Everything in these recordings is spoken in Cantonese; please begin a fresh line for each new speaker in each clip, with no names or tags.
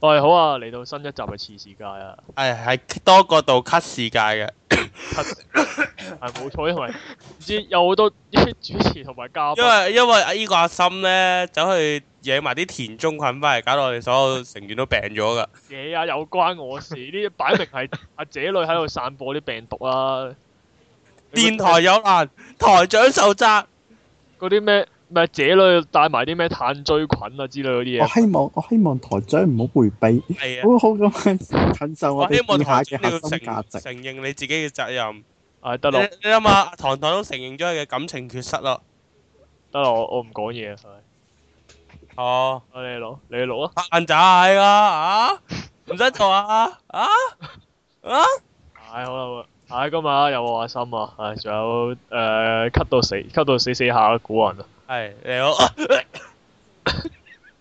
喂，好啊！嚟到新一集嘅次世界啊，
係喺多角度 cut 世界嘅，
七係冇錯，因為唔知有好多 啲主持同埋嘉
因
賓，
為因為呢個阿森咧走去惹埋啲田中菌翻嚟，搞到我哋所有成員都病咗噶。
嘢啊有關我事，呢啲擺明係 阿姐女喺度散播啲病毒啦、啊。
電台有難，台長受責。
嗰啲咩咩姐女帶埋啲咩炭疽菌啊之類嗰啲
我
哦
嘢，
希望我希望台長唔好迴避，
係啊，
好好咁樣享受我
我希
哋
望
以下
台
嘅
長你要
核心
承
價值。
承認你自己嘅責任。
唉得
你
咯
你諗下，糖糖都承認咗佢嘅感情缺失咯。
得咯，我我唔講嘢啊，係
哦，
我你攞你攞啊！
黑眼仔啊，啊唔使做啊，啊啊！
唉好啦好啦，唉今日有我阿心啊，唉仲有誒咳到死咳到死死下嘅古人啊，
係你好，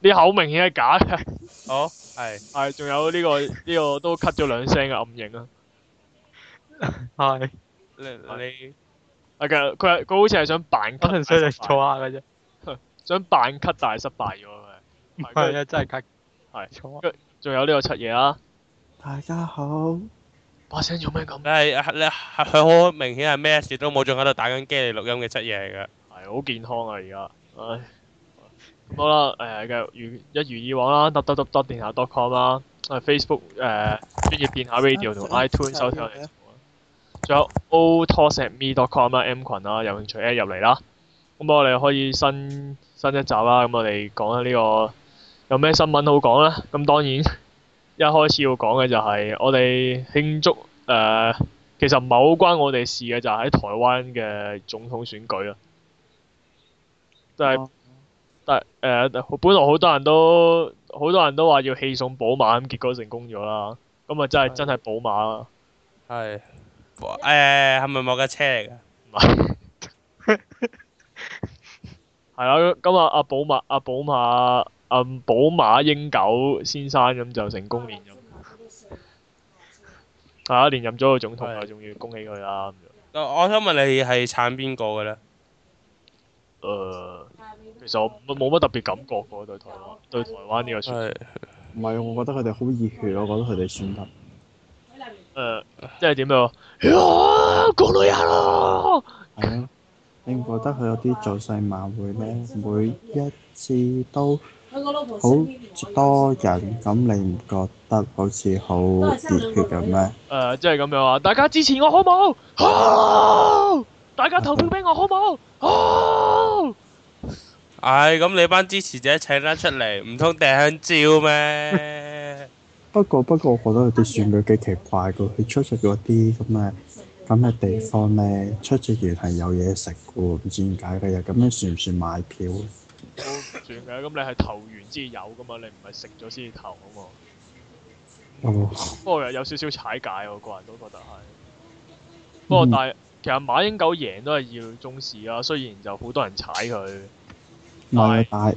啲口明顯係假嘅。
好係
係，仲有呢、個呢、個都咳咗兩聲嘅暗影啊！
係，
你你
啊，其實佢係佢好似係想扮
可
咳，
能想嚟
但係失敗
坐下嘅啫。
想扮咳，但係失敗咗
唔
嘅。
係啊，真係隔
係
坐下。
跟仲有呢個七嘢啦，
大家好，
把聲做咩咁？
你係你係佢好明顯係咩事都冇，仲喺度打緊機嚟錄音嘅質嘢嚟㗎。
係好健康啊，而家，唉，好啦，誒、繼續如一如以往啦，得得得得電下 .com 啦，誒 Facebook 誒、專業電下 radio 同
啊
iTunes 收聽我哋節目啦，仲有 o t o s a t m e c o m 啦，M 群啦，有興趣 at 入嚟啦。咁啊我哋可以新新一集啦，咁我哋講下呢、個有咩新聞好講咧？咁當然 一開始要講嘅就係我哋慶祝誒、其實唔係好關我哋事嘅，就係、喺台灣嘅總統選舉啊。但係、
哦
但係誒、本來好多人都好多人都話要棄送寶馬，咁結果成功咗啦。咁啊真係
係
真係寶馬啦，
係。誒係咪某架車嚟㗎？
唔係係啦。咁啊阿寶馬阿寶馬阿寶馬英九先生咁就成功連任，係啊連任咗個總統啊，
係
仲要恭喜佢啊啦咁
我哦我想問你係撐邊個嘅咧？
樣。誒、呃其實我冇冇乜特別感覺喎對台灣對台灣呢個選舉。
係
唔係我覺得佢哋好熱血，我覺得佢哋選得
誒，呃即係點樣？呀，港女人咯！
係啊。你唔覺得佢有啲造勢晚會咧，每一次都好多人，咁你唔覺得好似好熱血咁咩？
誒，即係咁樣啊！大家支持我好冇？好！大家投票俾我好 冇？啊好！
唉，咁你班支持者請得出嚟，唔通掟香蕉 咩？
不過不過，我覺得佢啲選舉幾奇怪㗎，佢出席嗰啲咁嘅咁嘅地方咧，出席完係有嘢食嘅喎，唔知點解嘅又咁樣算唔算買票？
都唔算嘅，咁你係投完先有噶嘛？你唔係食咗先投啊嘛？
哦，
不過又有少少踩界喎，個人都覺得係。不過
嗯
但係其實馬英九贏都係要中視啊，雖然就好多人踩佢。
唔係，但係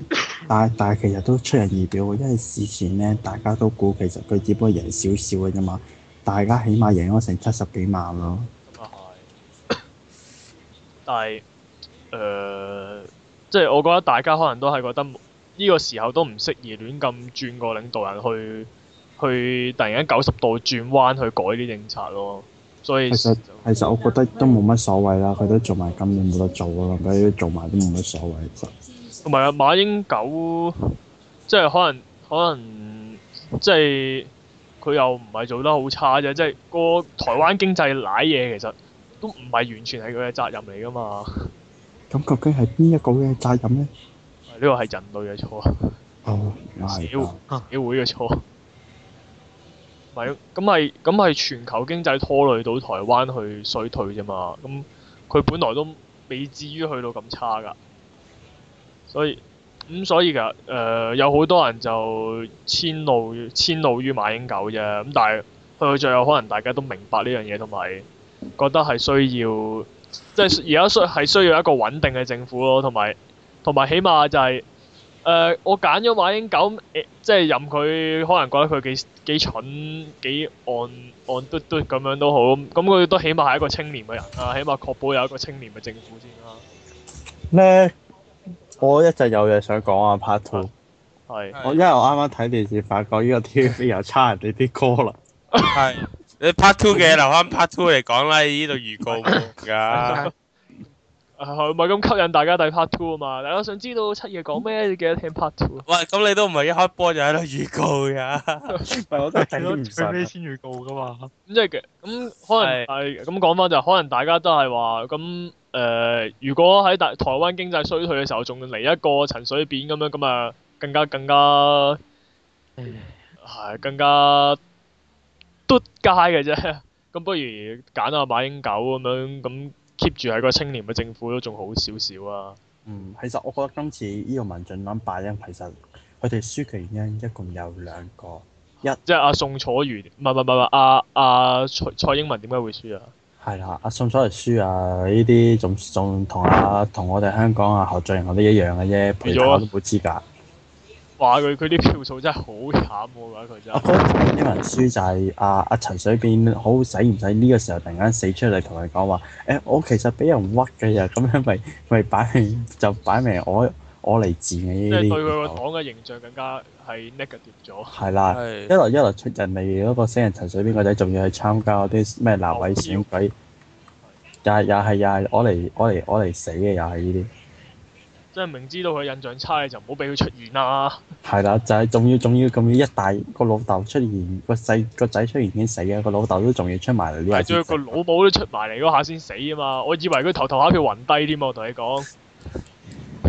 但係但係其實都出人意表喎，因為事前咧大家都估其實佢只不過贏少少嘅啫嘛，大家起碼贏咗成七十幾萬咯。
咁啊係，但係誒、呃即係我覺得大家可能都係覺得呢個時候都唔適宜亂咁轉個領導人去去突然間九十度轉彎去改啲政策咯，所以
其實
就
其實我覺得都冇乜所謂啦，佢都做埋今年冇得做啦，佢都做埋都冇乜所謂。其實
同埋啊，馬英九即係可能可能即係佢又唔係做得好差啫，即係個台灣經濟舐嘢其實都唔係完全係佢嘅責任嚟噶嘛，
咁究竟係邊一個嘅責任咧？
呢個係人類嘅錯。
哦，唔係㗎
少社會嘅錯。唔係，咁係咁係全球經濟拖累到台灣去衰退啫嘛。咁佢本來都未至於去到咁差㗎，所以咁、所以其實誒、呃有好多人就遷怒遷怒於馬英九啫。咁但係去到最後，可能大家都明白呢樣嘢，同埋覺得係需要即係而家需係需要一個穩定嘅政府咯，同埋同埋起碼就係、誒、呃我揀咗馬英九，誒、即係任佢，可能覺得佢幾幾蠢、幾戇戇嘟嘟咁樣都好，咁佢都起碼係一個青年嘅人啊，起碼確保有一個青年嘅政府先啦。
咧，我一陣有嘢想講啊，part two。
係
係
我因為我啱啱睇電視，發覺呢個 TV 又差人哋啲歌啦。
系你 part two 嘅留翻 part two 嚟講啦，呢度預告冇 㗎。
啊係咪咁吸引大家睇 part two 啊嘛？大家想知道七夜講咩，你記得聽 part two。啊
喂，咁你都唔係一開波就喺度預告㗎。
唔係，我真係
係咯，
頂唔
最尾
順。
先預告噶嘛。
咁即係嘅，咁可能
係
係咁講翻就係可能大家都係話咁誒，如果喺大台灣經濟衰退嘅時候，仲嚟一個陳水扁咁樣，咁啊更加更加係更加嘟街嘅啫。 咁不如揀下馬英九咁樣，咁 keep 住係個青年嘅政府都仲好少少啊。
嗯，其實我覺得今次呢個民進黨敗因，其實佢哋輸嘅原因一共有兩個，
即係阿宋楚瑜，唔係唔係唔係唔係阿阿蔡蔡英文點解會輸啊？
係啦，阿宋楚瑜輸啊，呢啲仲仲同啊同我哋香港啊何俊仁嗰啲一樣嘅啫，陪
咗啊
跑都冇資格。
話佢佢啲票數真係好慘喎，覺得佢真
我
係。
覺得蔡英文輸就係啊阿陳水扁好使唔使呢個時候突然間死出嚟同佢講話？誒、我其實俾人屈嘅呀，咁樣咪咪擺明就擺明我我嚟自嘅
即
呢
係
啲
對佢個
嘢
黨
咯。
嘅形象更加係 negative 咗。
係啦，
係
一。來一來出人哋嗰個死人陳水扁個仔，仲要去參加嗰啲咩立委選舉，
哦
又係又係又係我嚟我嚟我嚟死嘅，又係呢
即係明知道佢印象差，你就唔好俾佢出現啦。
啲。係啦，就係、仲要仲要咁要一大個老豆出現，個細個仔出現已經死嘅，個老豆都仲要出埋嚟呢
係
下
仲要
先
個
死。
老母都出埋嚟嗰下先死啊嘛！我以為佢頭頭下票暈低添啊！我同你講，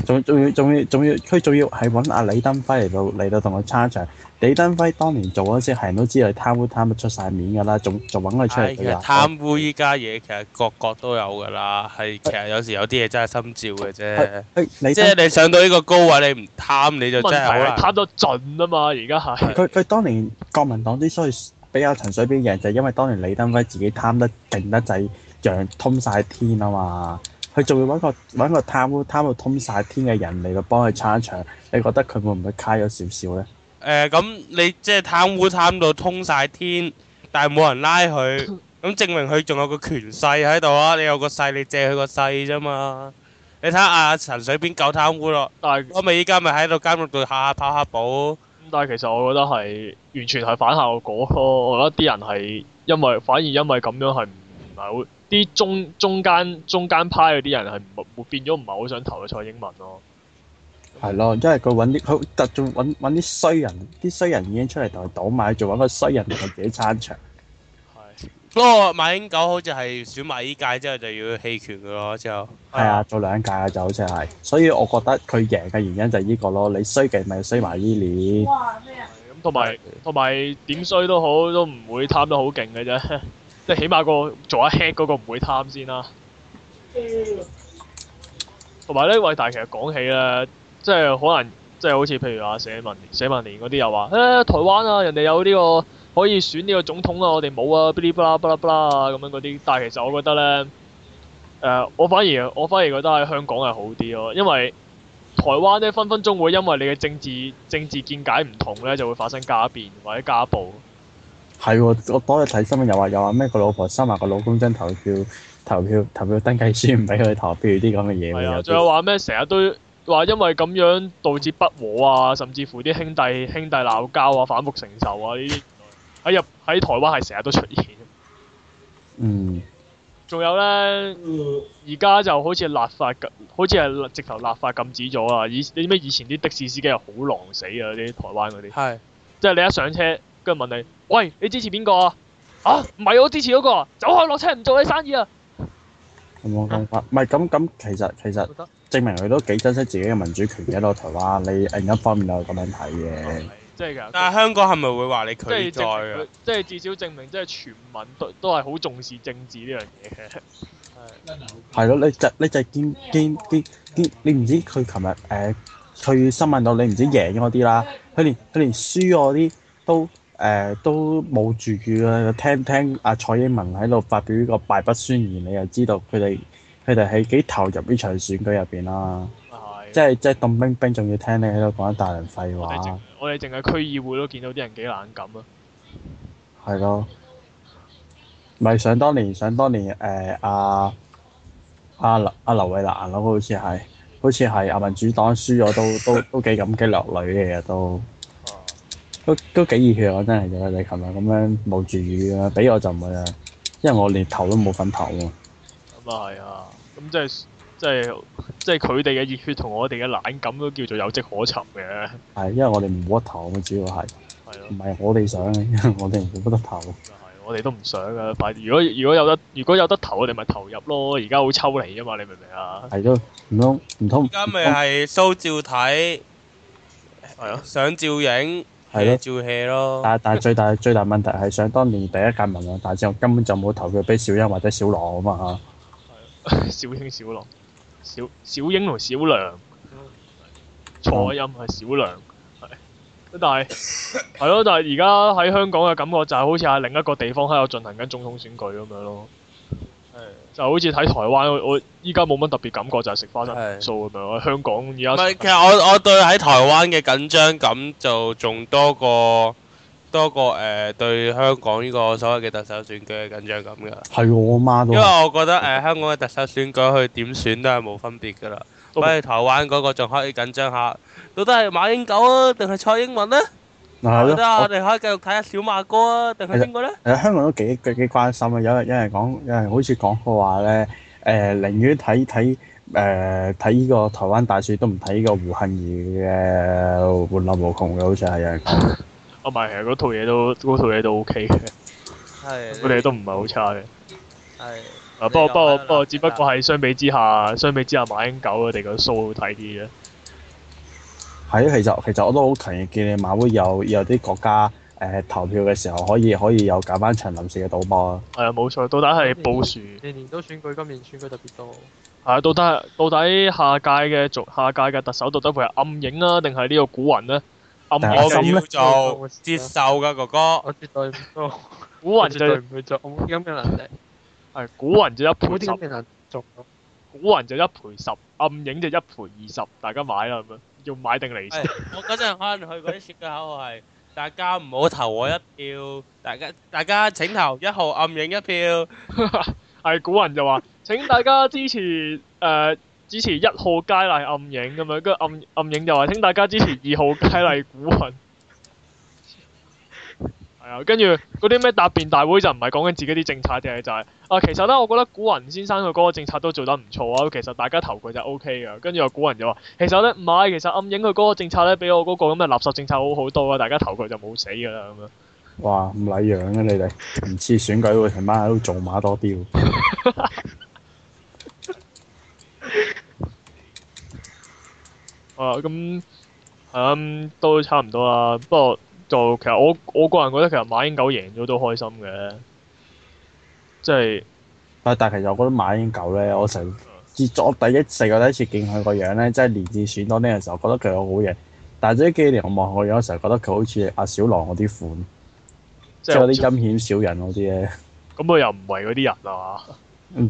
仲仲要仲要仲要，佢仲要係揾阿李登輝嚟到嚟到同佢撐場。李登輝當年做嗰時，係人都知佢貪污貪得出晒面㗎啦，仲仲揾佢出
唉
嚟
其
㗎
實
啦。
貪污依家嘢其實各國都有㗎啦，係其實有時有啲嘢真係心照嘅啫。
佢李
即
登
係你上到呢個高位，你唔貪你就
問
真
題
係好
係
難。
貪得盡啊嘛！而家係
佢佢當年國民黨之所以比較陳水扁贏，就係因為當年李登輝自己貪得勁得滯，揚通晒天啊嘛。佢仲要揾個揾個貪污貪到通晒天嘅人嚟到幫佢撐場，你覺得佢會唔會卡咗少少咧？
誒咁、你即係貪污貪到通晒天，但係冇人拉 佢，咁證明佢仲有個權勢喺度啊！你有個勢，你借佢個勢啫嘛。你睇下阿陳水扁夠貪污咯，
但係
我咪依家咪喺度監獄度下下跑下步。
但係其實我覺得係完全係反效果咯。我覺得啲人係因為反而因為咁樣係唔係好啲中中間中間派嗰啲人係唔冇變咗唔係好想投蔡英文咯。
係咯，因為佢揾啲佢特仲揾揾啲衰人，啲衰人已經出嚟同佢倒買，仲揾個衰人同佢自己撐場。
係
不過馬英九好似係選埋依屆之後就要棄權噶咯，之後
係啊，做兩屆啊，就好似係，所以我覺得佢贏嘅原因就係呢個咯。你衰嘅咪衰埋呢
係
年，
咁同埋。同埋點衰都好，都唔會貪得好勁嘅啫。 即係起碼個做一 head 嗰個唔會貪先啦。同埋咧，喂，但係其實講起咧，即係可能即係好似譬如話社民社民連嗰啲又話，誒、台灣啊，人哋有呢、個可以選呢個總統啊，我哋冇啊，嗶哩不啦不啦不啦啊咁樣嗰啲。但係其實我覺得咧，誒、我反而 我反而覺得喺香港係好啲咯，因為台灣咧分分鐘會因為你嘅政治政治見解唔同咧，就會發生家變或者家暴。
係喎，我當日睇新聞又話又話咩個老婆收埋個老公張投票投票投票登記書唔俾佢投票啲咁嘅嘢喎
係啊，
有
仲有
啲。
話咩成日都話因為咁樣導致不和啊，甚至乎啲兄弟兄弟鬧交啊，反目成仇啊呢啲喺入喺台灣係成日都出現。
嗯，
仲有咧，而家就好似立法禁，好似係直頭立法禁止咗啊！以你知唔知以前啲的士司機係好狼死啊？啲台灣嗰啲，
係
即係你一上車，跟住問你：喂，你支持邊個啊？啊，唔係我支持嗰個啊，走開落車唔做你生意啊！
咁我講法，唔係咁咁，其實其實
覺得
證明佢都幾珍惜自己嘅民主權嘅咯。台灣你另一方面又咁樣睇嘅，
即係其實佢
但係香港係咪會話你拒
即係
載啊
證明
㗎
佢？，即係至少證明，即係全民都都係好重視政治呢樣嘢嘅。
係咯，你就你就見見見見，你唔知佢琴日誒佢新聞度，你唔知贏咗啲啦。佢連佢連輸嗰啲都誒、呃都冇注意啦。聽聽阿蔡英文喺度發表呢個敗筆宣言，你就知道佢哋佢哋係幾投入呢場選舉入邊啦。
啊係，
即係即係凍冰冰，仲要聽你喺度講一大輪廢
我哋淨
話，
我哋淨係區議會都見到啲人幾冷感啊！
係咯。咪想當年，想當年誒阿阿劉阿劉慧蘭咯，好似係好似係啊民主黨輸咗都都都幾感激落淚嘅嘢都。都都幾熱血啊！真係嘅，你琴日咁樣冒住雨啊，俾我就唔會啦，因為我連頭都冇份頭啊。
咁啊係啊，咁即係即係即係佢哋嘅熱血同我哋嘅懶感都叫做有跡可尋嘅，
係因為我哋冇得頭啊，主要係
係咯
唔。係我哋想 嘅，因為我哋冇得頭。
係我哋都唔想噶，快啲！如果如果有得如果有得投，我哋咪投入咯。而家好抽離啊嘛，你明唔明啊？
係咯，唔通唔通
而家咪啊係蘇照睇，
係啊，
想照影，
係咯
hea 照 hea 咯。
但但最大最大問題係，想當年第一屆民運大戰，我根本就冇投票俾小欣或者小羅啊嘛
小英小狼，小小英同小梁，錯音係小梁，係。但 係係咯，但係而家喺香港嘅感覺就係好似喺另一個地方喺度進行緊總統選舉咁樣咯。就好似睇台灣，我我依家冇乜特別感覺，就係食花生
係
素咁樣。我喺香港
唔
而家
係，其實我我對喺台灣嘅緊張感就仲多過多過誒、呃、對香港呢個所謂嘅特首選舉嘅緊張感㗎。
嚇，係我媽都
因為
話
我覺得誒、呃香港嘅特首選舉佢點選都係冇分別㗎啦。
都
反而台灣嗰個仲可以緊張下，到底係馬英九啊，定係蔡英文呢？
嗱係
得啊，我
咯，
哋可以繼續睇下小馬哥啊，定係邊個呢？
我誒香港都幾幾幾關心啊！有人有人講有人好似講過話咧，誒寧願睇睇誒睇呢個台灣大選都唔睇呢個胡杏兒嘅活力無窮嘅，好似係有人講。
啊唔係，其實嗰套嘢都嗰套嘢都 OK 嘅，
係
佢哋都唔係好差嘅。
係
啊，不過不過
你又
不過，
有
只不過係相比之下，相比之下馬英九佢哋個數好睇啲啫。
係啊，其實其實我都好強烈建議馬會有有啲國家誒、投票嘅時候可以可以有搞翻場臨時嘅賭波啊！
係啊，冇錯，到底係
嗯
布殊
年年都選舉，今年選舉特別多。
係啊？到底到底下屆嘅續下屆嘅特首到底會係暗影啊，定係呢個古雲呢？暗
但
我
係
影
哋
心
要
咧
做接受㗎哥哥。
我絕對唔多，
古
我
雲
絕
就
對唔會做，我冇咁嘅能力，
係古雲就一
冇
倍
啲咁
十，
嘅能力做到。
古雲就一倍十，暗影就一倍二十，大家買啦咁樣，要買定嚟先。
係我嗰陣可能去嗰啲説嘅口號係：大家唔好投我一票，大家大家請投一號暗影一票。
係古雲就話：請大家支持誒、呃支持一號佳麗暗影咁樣，跟住暗暗影就話：請大家支持二號佳麗古雲。係啊，跟住嗰啲咩答辯大會就唔係講緊自己啲政策嘅，就係、啊其實咧，我覺得古雲先生佢嗰個政策都做得唔錯啊，其實大家投佢就 O K 嘅。跟住又古雲就話：其實咧唔係，其實暗影佢嗰個政策咧比我嗰個咁嘅垃圾政策好好多啊，大家投佢就冇死㗎啦咁樣。
哇，唔禮讓啊你哋，唔似選舉會成班喺度做馬多啲喎。
啊，咁係啊咁都差唔多啦。不過就其實我我個人覺得其實馬英九贏咗都開心嘅，即係
啊但但其實我覺得馬英九咧，我成自我第一世個第一次見佢個樣咧，即係連至選當呢嘅時候，覺得佢好嘢。但係呢幾年我望佢個樣，成日覺得佢好似阿小狼嗰啲款，
即
即係嗰
係
啲陰險小人嗰啲咧。
咁佢又唔係嗰啲人
哦
啊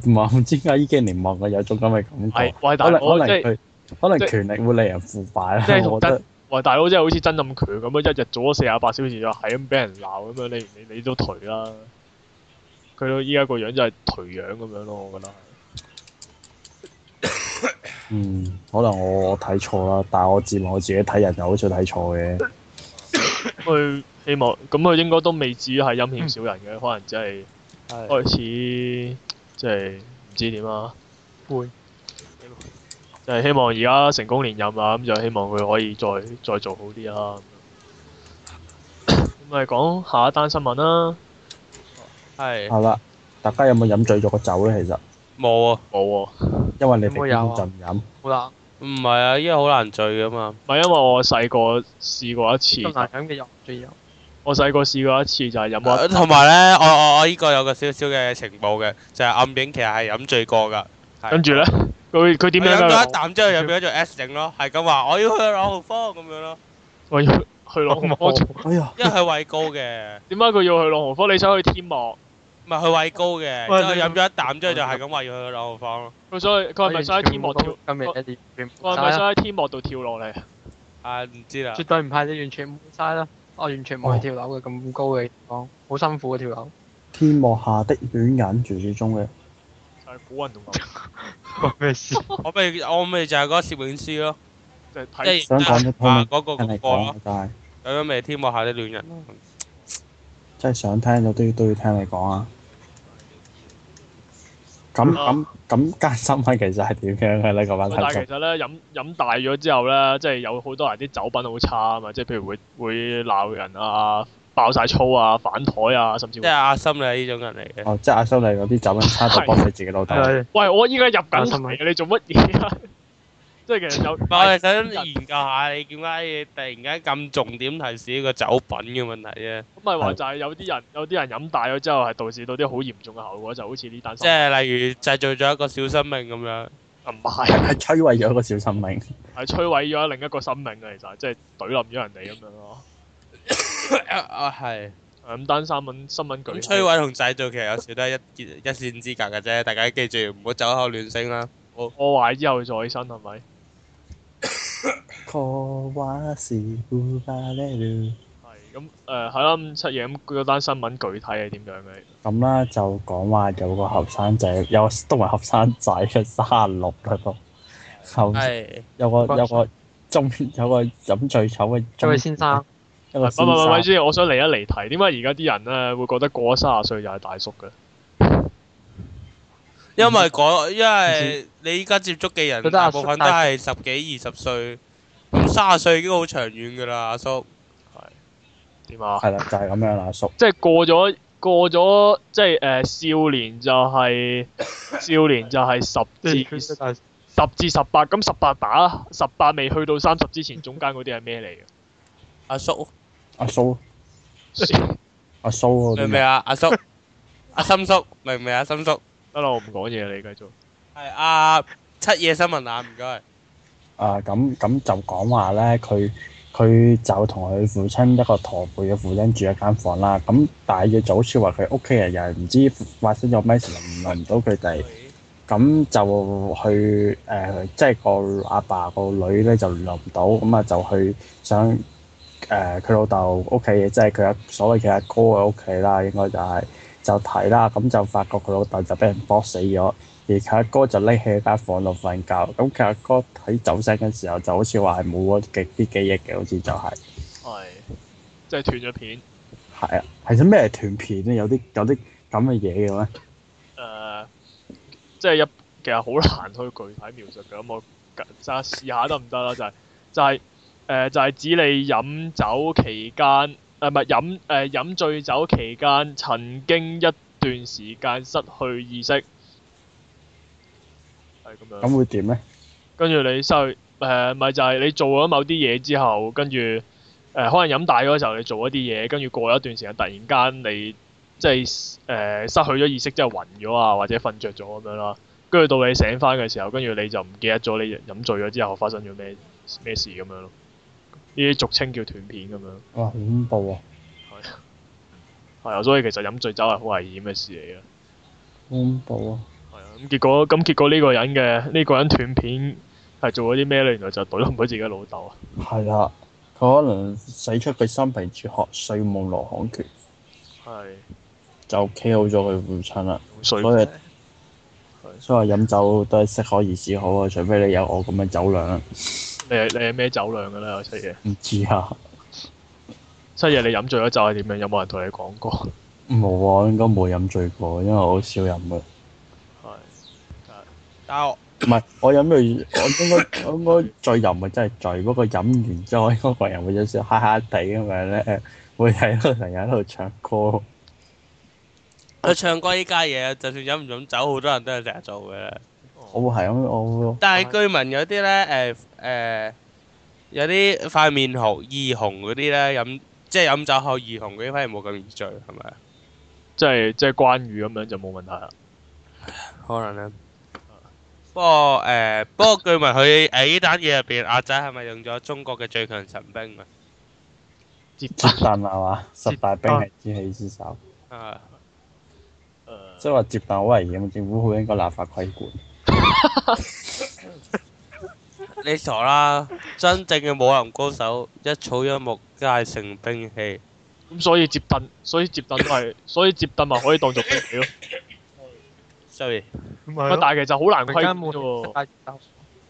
嘛。
唔係唔知點解呢幾年望佢有種咁嘅感
係
覺。
喂大
可能
佬，
可能
即係
佢可能
即係
權力會令人腐敗
即係
啦，
同
我覺得
曾。喂大佬，即係好似曾蔭權咁樣，一日做咗四廿八小時就係咁俾人鬧咁樣，你你你都頹啦。佢到依家個樣就係頹樣咁樣咯，我覺得係。
嗯，可能我睇錯啦，但係我自問我自己睇人又好似睇錯嘅。
咁佢希望咁佢應該都未至於係陰險小人嘅，可能只係
係
開始即係唔知點啦。
會
就係希望而家成功連任啦，咁就希望佢可以再再做好啲啦。咁咪講下一單新聞啦。
係
係啦，大家有冇飲醉咗個酒咧？其實
冇啊，
冇喎，唔
因為你哋
有冇有
根本
啊
就唔飲，
好難
唔係啊，因為好難醉噶嘛。
係因為我細個試過一
咁
次，
難飲嘅又最有。
我細個試過一次就係飲過
啊
一，
同埋咧，我我我依個有個少少嘅情報嘅，就係暗影其實係飲醉過㗎。係
跟住咧，佢佢點
我飲
樣
咗一
咧？
啖之後又變咗做 S 型咯，係咁話我要去朗豪坊咁樣咯，
我要去朗豪
我
坊，
哎呀，
因為佢位高嘅，
點解佢要去朗豪坊？你想去天幕？
唔係佢位高嘅，
喂
之後
你
飲咗一啖之後就係咁話要去朗豪坊咯。
佢想去，佢係咪想喺天幕跳？
今日一啲全部
佢係咪想喺天幕度跳落嚟？
啊，唔知啦
絕。對唔係，你完全冇嘥啦。我完全唔係跳樓嘅，咁高嘅地方，好辛苦嘅跳樓。
天幕下的戀人傳説中嘅
就係古雲同牛
關咩事？
我咪我咪就係嗰個攝影師咯，
就係
即
睇
係
想講一套
啊嗰個
真
嗰
係
個
講
咯，
啊，但係
咁樣咪天幕下的戀人咯。
真係想聽到都要都要聽你講啊。咁咁 咁間新聞其實係點樣嘅咧？個班
但係
睇
其實咧，飲飲大咗之後咧，即係有好多人啲酒品好差啊嘛，即係譬如會會鬧人啊、爆晒粗啊、反台啊，甚至乎
即係阿心你係呢種人嚟
Ờ.
嘅。
哦，即係阿修你嗰啲酒品差到幫你自己老豆。
係
喂，我依家入緊
有新
題，你做乜嘢 啊？即係其實有，
唔係我係想研究下你點解你突然間咁重點提示呢個酒品嘅問題啫，
咁咪話就係有啲人有啲人飲大咗之後係導致到啲好嚴重嘅後果，就好似呢單
即
新聞啊
係例如製造咗一個小生命咁樣。
唔係，
係摧毀咗個小生命。
係摧毀咗另一個生命嘅，其實即係懟冧咗人哋咁樣咯。
啊係。
咁單新聞新聞具
咁
體
摧毀同製造其實有時都係一一線之隔嘅啫，大家記住唔好走口亂升啦。
破壞之後再起身係咪？
科瓦士烏巴咧魯
係咁誒係啦，咁七嘢咁嗰單新聞具體係點樣嘅？
咁啦，就講話有個後生仔，有個都唔係後生仔嘅，三十六啦都。後
係。
有個有個中有個飲醉酒嘅
呢
中
位先生，
一
唔
個
係
先
唔係唔係，
生，
先，我想嚟一離題。點解而家啲人咧會覺得過咗三十歲就係大叔嘅？
因為嗰因為你依家接觸嘅人
佢都係
大
阿
部
叔
分都係十幾二十歲，咁三十歲已經好長遠㗎啦，阿叔。
點啊？
係啦，就係咁樣啦，阿叔。
即係過咗過咗，即係誒、呃少年就係、少年就係十至
即係
十至十八，咁十八打十八未去到三十之前，中間嗰啲係咩嚟嘅
阿叔，
阿蘇
算？
阿
Ờ,
蘇
明
嗰
唔明
啲
啊？阿叔，阿心叔，明唔明啊？心叔
得啦，我唔講嘢，你繼續。
係阿七夜新聞啊，唔該。
啊，咁咁就講話咧，佢佢就同佢父親一個駝背嘅父親住一間房啦。咁大約就好似話佢屋企人又係唔知發生咗咩事，就唔輪到佢哋。咁就去誒、呃即係個阿爸個女咧就輪唔到，咁啊就去想誒佢、老豆屋企，即係佢阿所謂嘅阿哥嘅屋企啦，應該就係、就睇啦，咁就發覺佢老豆就俾人搏死咗，而佢阿哥就匿喺間房度瞓覺，咁佢阿哥睇走聲嘅時候就好似話係冇咗幾啲記憶嘅，好似就係、
係，即係斷咗片。誒、
係啊，係咗咩斷片咧？有啲有啲咁嘅嘢嘅咩？
呃即係一其實好難去具體描述嘅，咁我就試下得唔得啦？就係、就係、誒就係、指你飲酒期間，誒唔係飲誒飲醉酒期間，曾經一段時間失去意識，係咁樣。
咁會點咧？
跟住你收去誒，咪、就係你做咗某啲嘢之後，跟住誒可能飲大咗嘅時候，你做一啲嘢，跟住過咗一段時間，突然間你即係誒、呃失去咗意識，即係暈咗啊，或者瞓着咗咁樣啦。跟住到你醒翻嘅時候，跟住你就唔記得咗你飲醉咗之後發生咗咩咩事咁樣咯。呢啲俗稱叫斷片咁樣，
哇！好恐怖啊！
係啊，所以其實飲醉酒係好危險嘅事嚟嘅。
好恐怖啊！
係啊，咁結果咁結果呢個人嘅呢、個人斷片係做咗啲咩咧？原來就懟冧咗自己老豆啊！
係啦，佢可能使出佢心平絕學睡夢羅漢拳，
係
就 K.O. 咗佢父親啦。
用水
所以所以話飲酒都係適可而止好啊，除非你有我咁嘅酒量。
你係你係咩酒量㗎咧？我七爺，
唔知啊，
七爺你飲醉咗酒係點樣？有冇人同你講過？
冇啊，應該冇飲醉過，因為我好少飲嘅。
係
但係我
唔係，我飲醉，我應該 我應該醉又唔係真係醉，不過飲完之後，應該個人會有少少嗨嗨地咁樣咧， 會喺度成日喺度唱歌。
佢唱歌呢家嘢，就算飲唔飲酒，好多人都係成日做嘅。
我會係咁，我會
但係居民有啲咧，誒、誒，有啲塊面紅、易紅嗰啲咧，飲即係飲酒後易紅嗰啲，反而冇咁易醉，係咪啊？
即係即係關羽咁樣就冇問題啦。
可能咧。不過誒、不過據聞佢誒呢單嘢入邊，阿仔係咪用咗中國嘅最強神兵啊？
接誒
接凳係嘛？十大兵係知起之首。
啊，
呃
即係話接蛋好危險，政府好應該立法規管。
你傻啦！真正嘅武林高手，一草一木皆成兵器。
咁所以接凳，所以接凳都係，所以接凳咪可以當做兵器咯。
所 sorry，
咁
喂
咪
但係其實好難
佢
規
而家
管
冇
嘅喎。
戴口罩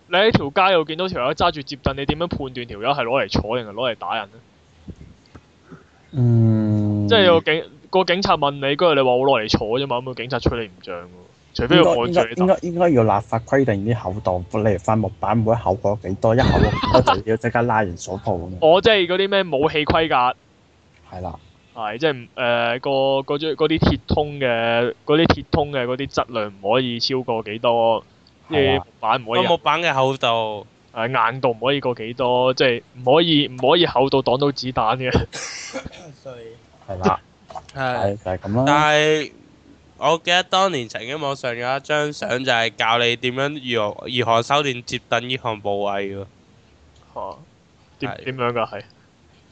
你喺條街度見到條友揸住接凳，你點樣判斷條友係攞嚟坐定係攞嚟打人咧？
嗯，
即係有個警個警察問你，跟住你話我攞嚟坐啫嘛，咁個警察吹你唔漲喎。除非
應該
佢
應
按
該
住你
應
打。
該應該要立法規定啲厚度，例如塊木板每一厚過幾多，一厚過幾多就要即刻拉完手套咁樣。
我即係嗰啲咩武器規格。啊
係啦，
係，即係唔誒個嗰啲嗰啲鐵通嘅嗰啲鐵通嘅嗰啲質量唔可以超過幾多，即
係
係
啦
木板唔可
個
以
木板嘅厚度，
誒硬度唔可以過幾多，即係唔可以唔可以厚到擋到子彈嘅。
係啦，
係
係。就係咁啦。
但係我記得當年曾經網上有一張相就係教你點樣如何如何修練接凳呢項部位喎。
嚇點
係
點樣㗎係？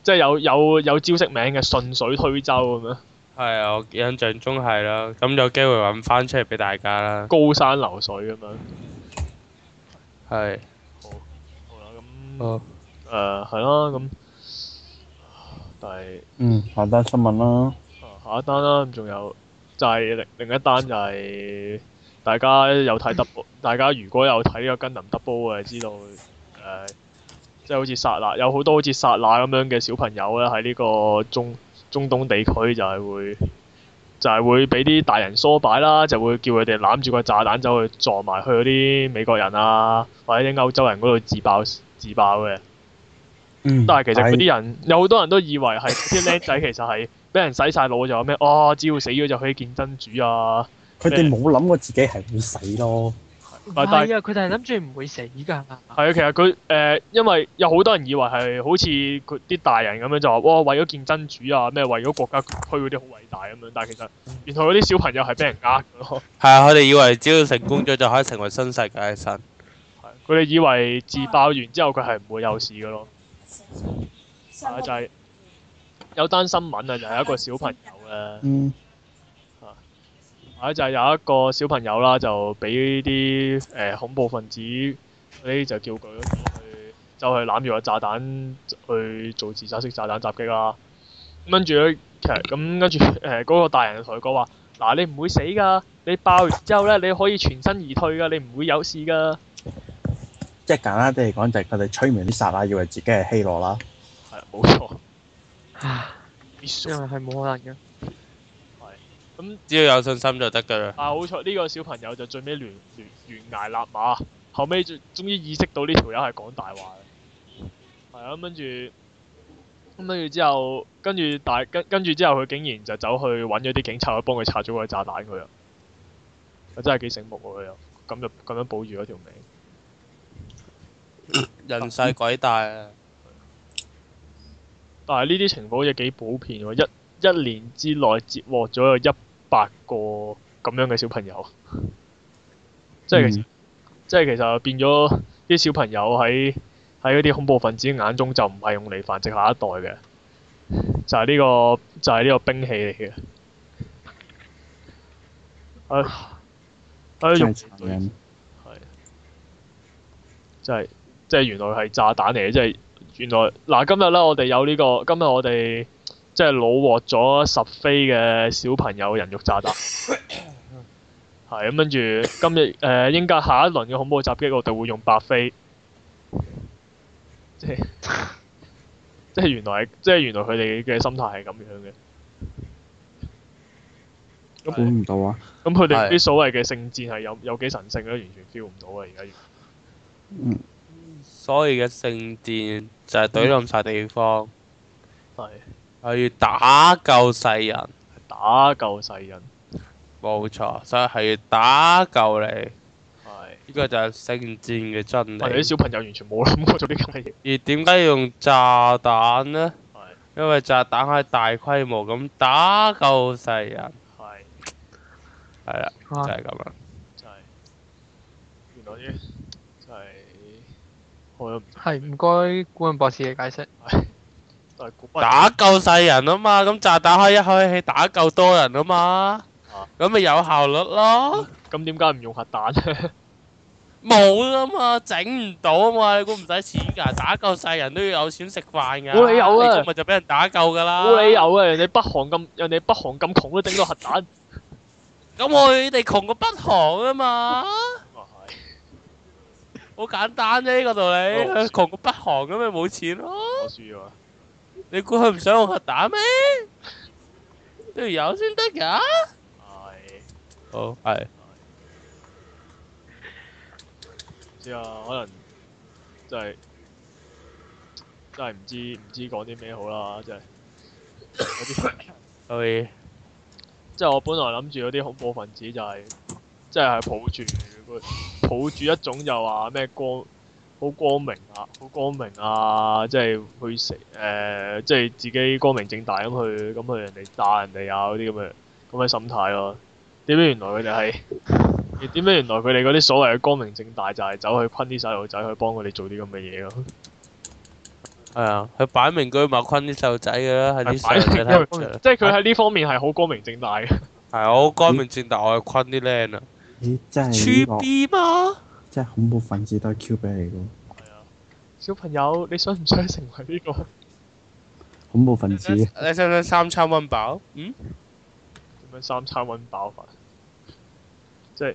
即係有有有招式名嘅順水推舟咁樣，
係啊，我印象中係啦，咁有機會揾翻出嚟俾大家啦。
高山流水咁樣。
係，
好啦，咁
好，
誒係啦，咁但係。
嗯，下單新聞啦。
啊下一單啦，咁仲有就係另另一單就係大家有睇 double，大家如果有睇呢個《跟林 double》嘅，知道誒、呃即係好似薩那有好多好似薩那咁樣嘅小朋友咧，喺呢個中中東地區就係會就係會俾啲大人唆擺啦，就會叫佢哋攬住個炸彈走去撞埋去嗰啲美國人啊，或者啲歐洲人嗰度自爆自爆嘅。
嗯，
但係其實嗰啲人有好多人都以為係啲僆仔其實係俾人洗晒腦就話咩哦，只要死咗就可以見真主啊！
佢哋冇諗過自己係會死咯。
唔
但係
係啊，佢哋係諗住唔會死㗎。
係啊，其實佢誒、呃因為有好多人以為係好似佢啲大人咁樣就話哇，為咗見真主啊，咩為咗國家區嗰啲好偉大咁樣，但係其實原來嗰啲小朋友係俾人呃嘅咯，
係啊，佢哋以為只要成功咗就可以成為新世界嘅神。
係佢哋以為自爆完之後佢係唔會有事嘅咯，啊就係、有單新聞啊，就係、一個小朋友咧。
嗯，
啊，就係有一個小朋友啦，就俾啲誒恐怖分子嗰啲就叫佢去就去攬住個炸彈去做自殺式炸彈襲擊啦。咁跟住咧，其實咁跟住 誒嗰個大人就同佢講話：嗱，你唔會死㗎，你爆完之後咧，你可以全身而退㗎，你唔會有事㗎。
即係簡單啲嚟講，就係佢哋催眠啲殺啦，以為自己係希羅啦。
係啊冇錯，
唉
必
因為
須。
係冇可能嘅。
咁
只要有信心就得㗎啦。
但啊係好彩呢個小朋友就最尾懸懸懸崖勒馬，後尾終終於意識到呢條友係講大話嘅。係啊，咁跟住咁跟住之後，跟住大跟跟住之後，佢竟然就走去揾咗啲警察去幫佢拆咗個炸彈佢啊！佢真係幾醒目喎佢又，咁就咁樣保住咗條命。
人細鬼大啊！
但係呢啲情況亦幾普遍喎，一一年之內截獲咗有一百個咁樣嘅小朋友， 即係其
嗯
實、即係其實變咗啲小朋友喺喺嗰啲恐怖分子眼中就唔係用嚟繁殖下一代嘅，就係、呢、個就係、呢個兵器嚟嘅。係係
真
用
係殘忍。
係，即係即係原來係炸彈嚟嘅，即係原來嗱今日咧，我哋有呢、個今日我哋即係攞獲咗十飛嘅小朋友人肉炸彈， 係咁跟住今日誒、呃、應屆下一輪嘅恐怖襲擊，我哋會用白飛，即係 即係原來即係原來佢哋嘅心態係咁樣嘅。
估
咁
唔到啊！
咁佢哋
係
啲所謂嘅聖戰係有有幾神聖咧，完全 feel 唔到啊！而家。
嗯，
所謂嘅聖戰就係懟冧晒地方，
係
係要打救世人。
打救世人，
冇錯，所以係要打救你。
係
呢個就係聖戰嘅真
我哋啲
理。
小朋友完全冇諗過做啲咁嘅嘢，
而點解要用炸彈呢？
係
因為炸彈可以大規模咁打救世人，
係
係啦，
啊
就
哇
係咁啦。
真係原來啲真係我又唔
係唔該，古韻博士嘅解釋。
但係古不
打救世人啊嘛，咁炸彈可以一口氣打救多人啊嘛
啊，
咁咪有效率咯。
咁點解唔用核 彈咧？
冇啊嘛，整唔到啊嘛，你估唔使錢㗎？打救世人都要有錢食飯㗎。
冇理由啊
你估咪就俾人打救㗎啦。
冇理由啊！人哋北韓咁，人哋北韓咁窮都整到核彈，
咁我哋窮過北韓啊嘛，
啊係
好簡單啫呢個道理。
哦
窮過北韓咁咪冇錢咯。
我輸咗啦。啊
你估佢唔想用核彈咩？都要有先得㗎。
係唔
好係
知啊，可能真係真係唔知唔知講啲咩好啦， 真係。有啲
，sorry。
即係我本來諗住嗰啲恐怖分子就係、即係係抱住個抱住一種就話咩光好光明啊，好光明啊，即係去食誒、呃即係自己光明正大咁去咁去人哋炸人哋啊嗰啲咁嘅咁嘅心態咯。點解原來佢哋係？點解原來佢哋嗰啲所謂嘅光明正大就係走去昆啲細路仔去幫佢哋做啲咁嘅嘢咯？
係啊，佢擺明居馬坤啲細路仔㗎啦，係啲
擺
細路仔睇唔出嚟。
即係佢喺呢方面係好光明正大嘅。
係啊，我光明正大，我係坤啲靚啊。
咦，真係呢
粗
個，
B 嘛？
真係恐怖分子都係 Q 俾你噶。
係啊，小朋友，你想唔想成為呢、個？
恐怖分
你
子
想，你想唔想三餐温飽？嗯，
點樣三餐揾飽飯？即係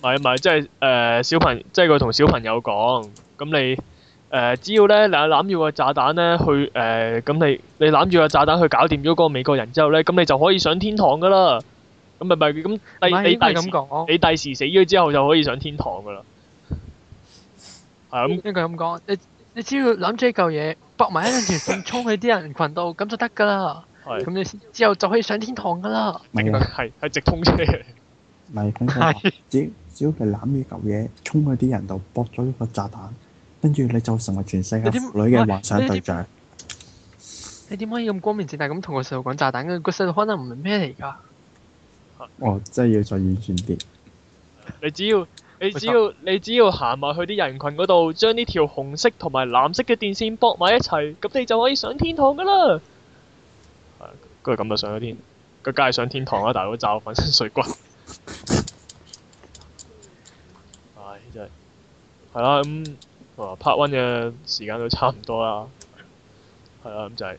唔係唔係？即係誒、呃小朋，即係佢同小朋友講，咁你誒、呃只要咧你攬住個炸彈咧去誒，呃咁、你你攬住個炸彈去搞掂咗嗰個美國人之後咧，咁你就可以上天堂噶啦。咁咪咪咁
唔
第
係
你
應該係
第
咁
時
講。
你第時死咗之後就可以上天堂噶啦。係咁
應該咁講，你你只要諗住呢嚿嘢，搏埋一兩 條線衝去啲人群度，咁就得㗎啦。
係
咁你先之後就可以上天堂㗎啦。
唔係啊，
係係直通車嚟。
唔係跟住話，只只要你攬住嚿嘢，衝去啲人度，搏咗一個炸彈，跟住你就成為全世界
你點
婦女嘅幻想對象。
你點可以咁光明正大咁同個細路講炸彈？跟住個細路可能唔明咩嚟㗎。
哦，真係要再完全啲。
你只要你只要你只要行埋去啲人群嗰度，將呢條紅色同埋藍色嘅電線駁埋一齊，咁你就可以上天堂噶啦。係啊，跟住咁就上咗天，佢梗係上天堂啦，啊大佬炸我粉身碎骨。唉，真係係啦，咁啊 part one 嘅時間都差唔多啦。係啦，咁就係、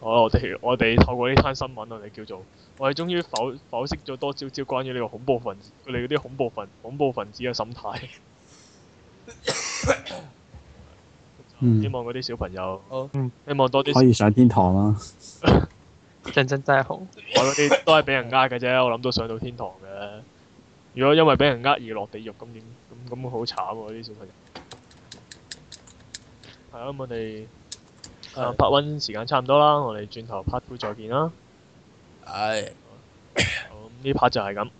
好啦，我哋我哋透過呢單新聞，啊我哋叫做我哋終於剖剖析咗多少少關於呢個恐怖分子，佢哋嗰啲恐怖分恐怖分子嘅心態。
嗯
希望嗰啲小朋友，
好
嗯
希望多啲
可以上天堂啦。
陣陣真係好。
我嗰啲都係俾人呃嘅啫，我諗到上到天堂嘅。如果因為俾人呃而落地獄，咁點咁咁好慘喎！啲小朋友。係啊，咁我哋啊 part one 時間差唔多啦，我哋轉頭 part two 再見啦。
係。
好，咁呢 part 就係咁。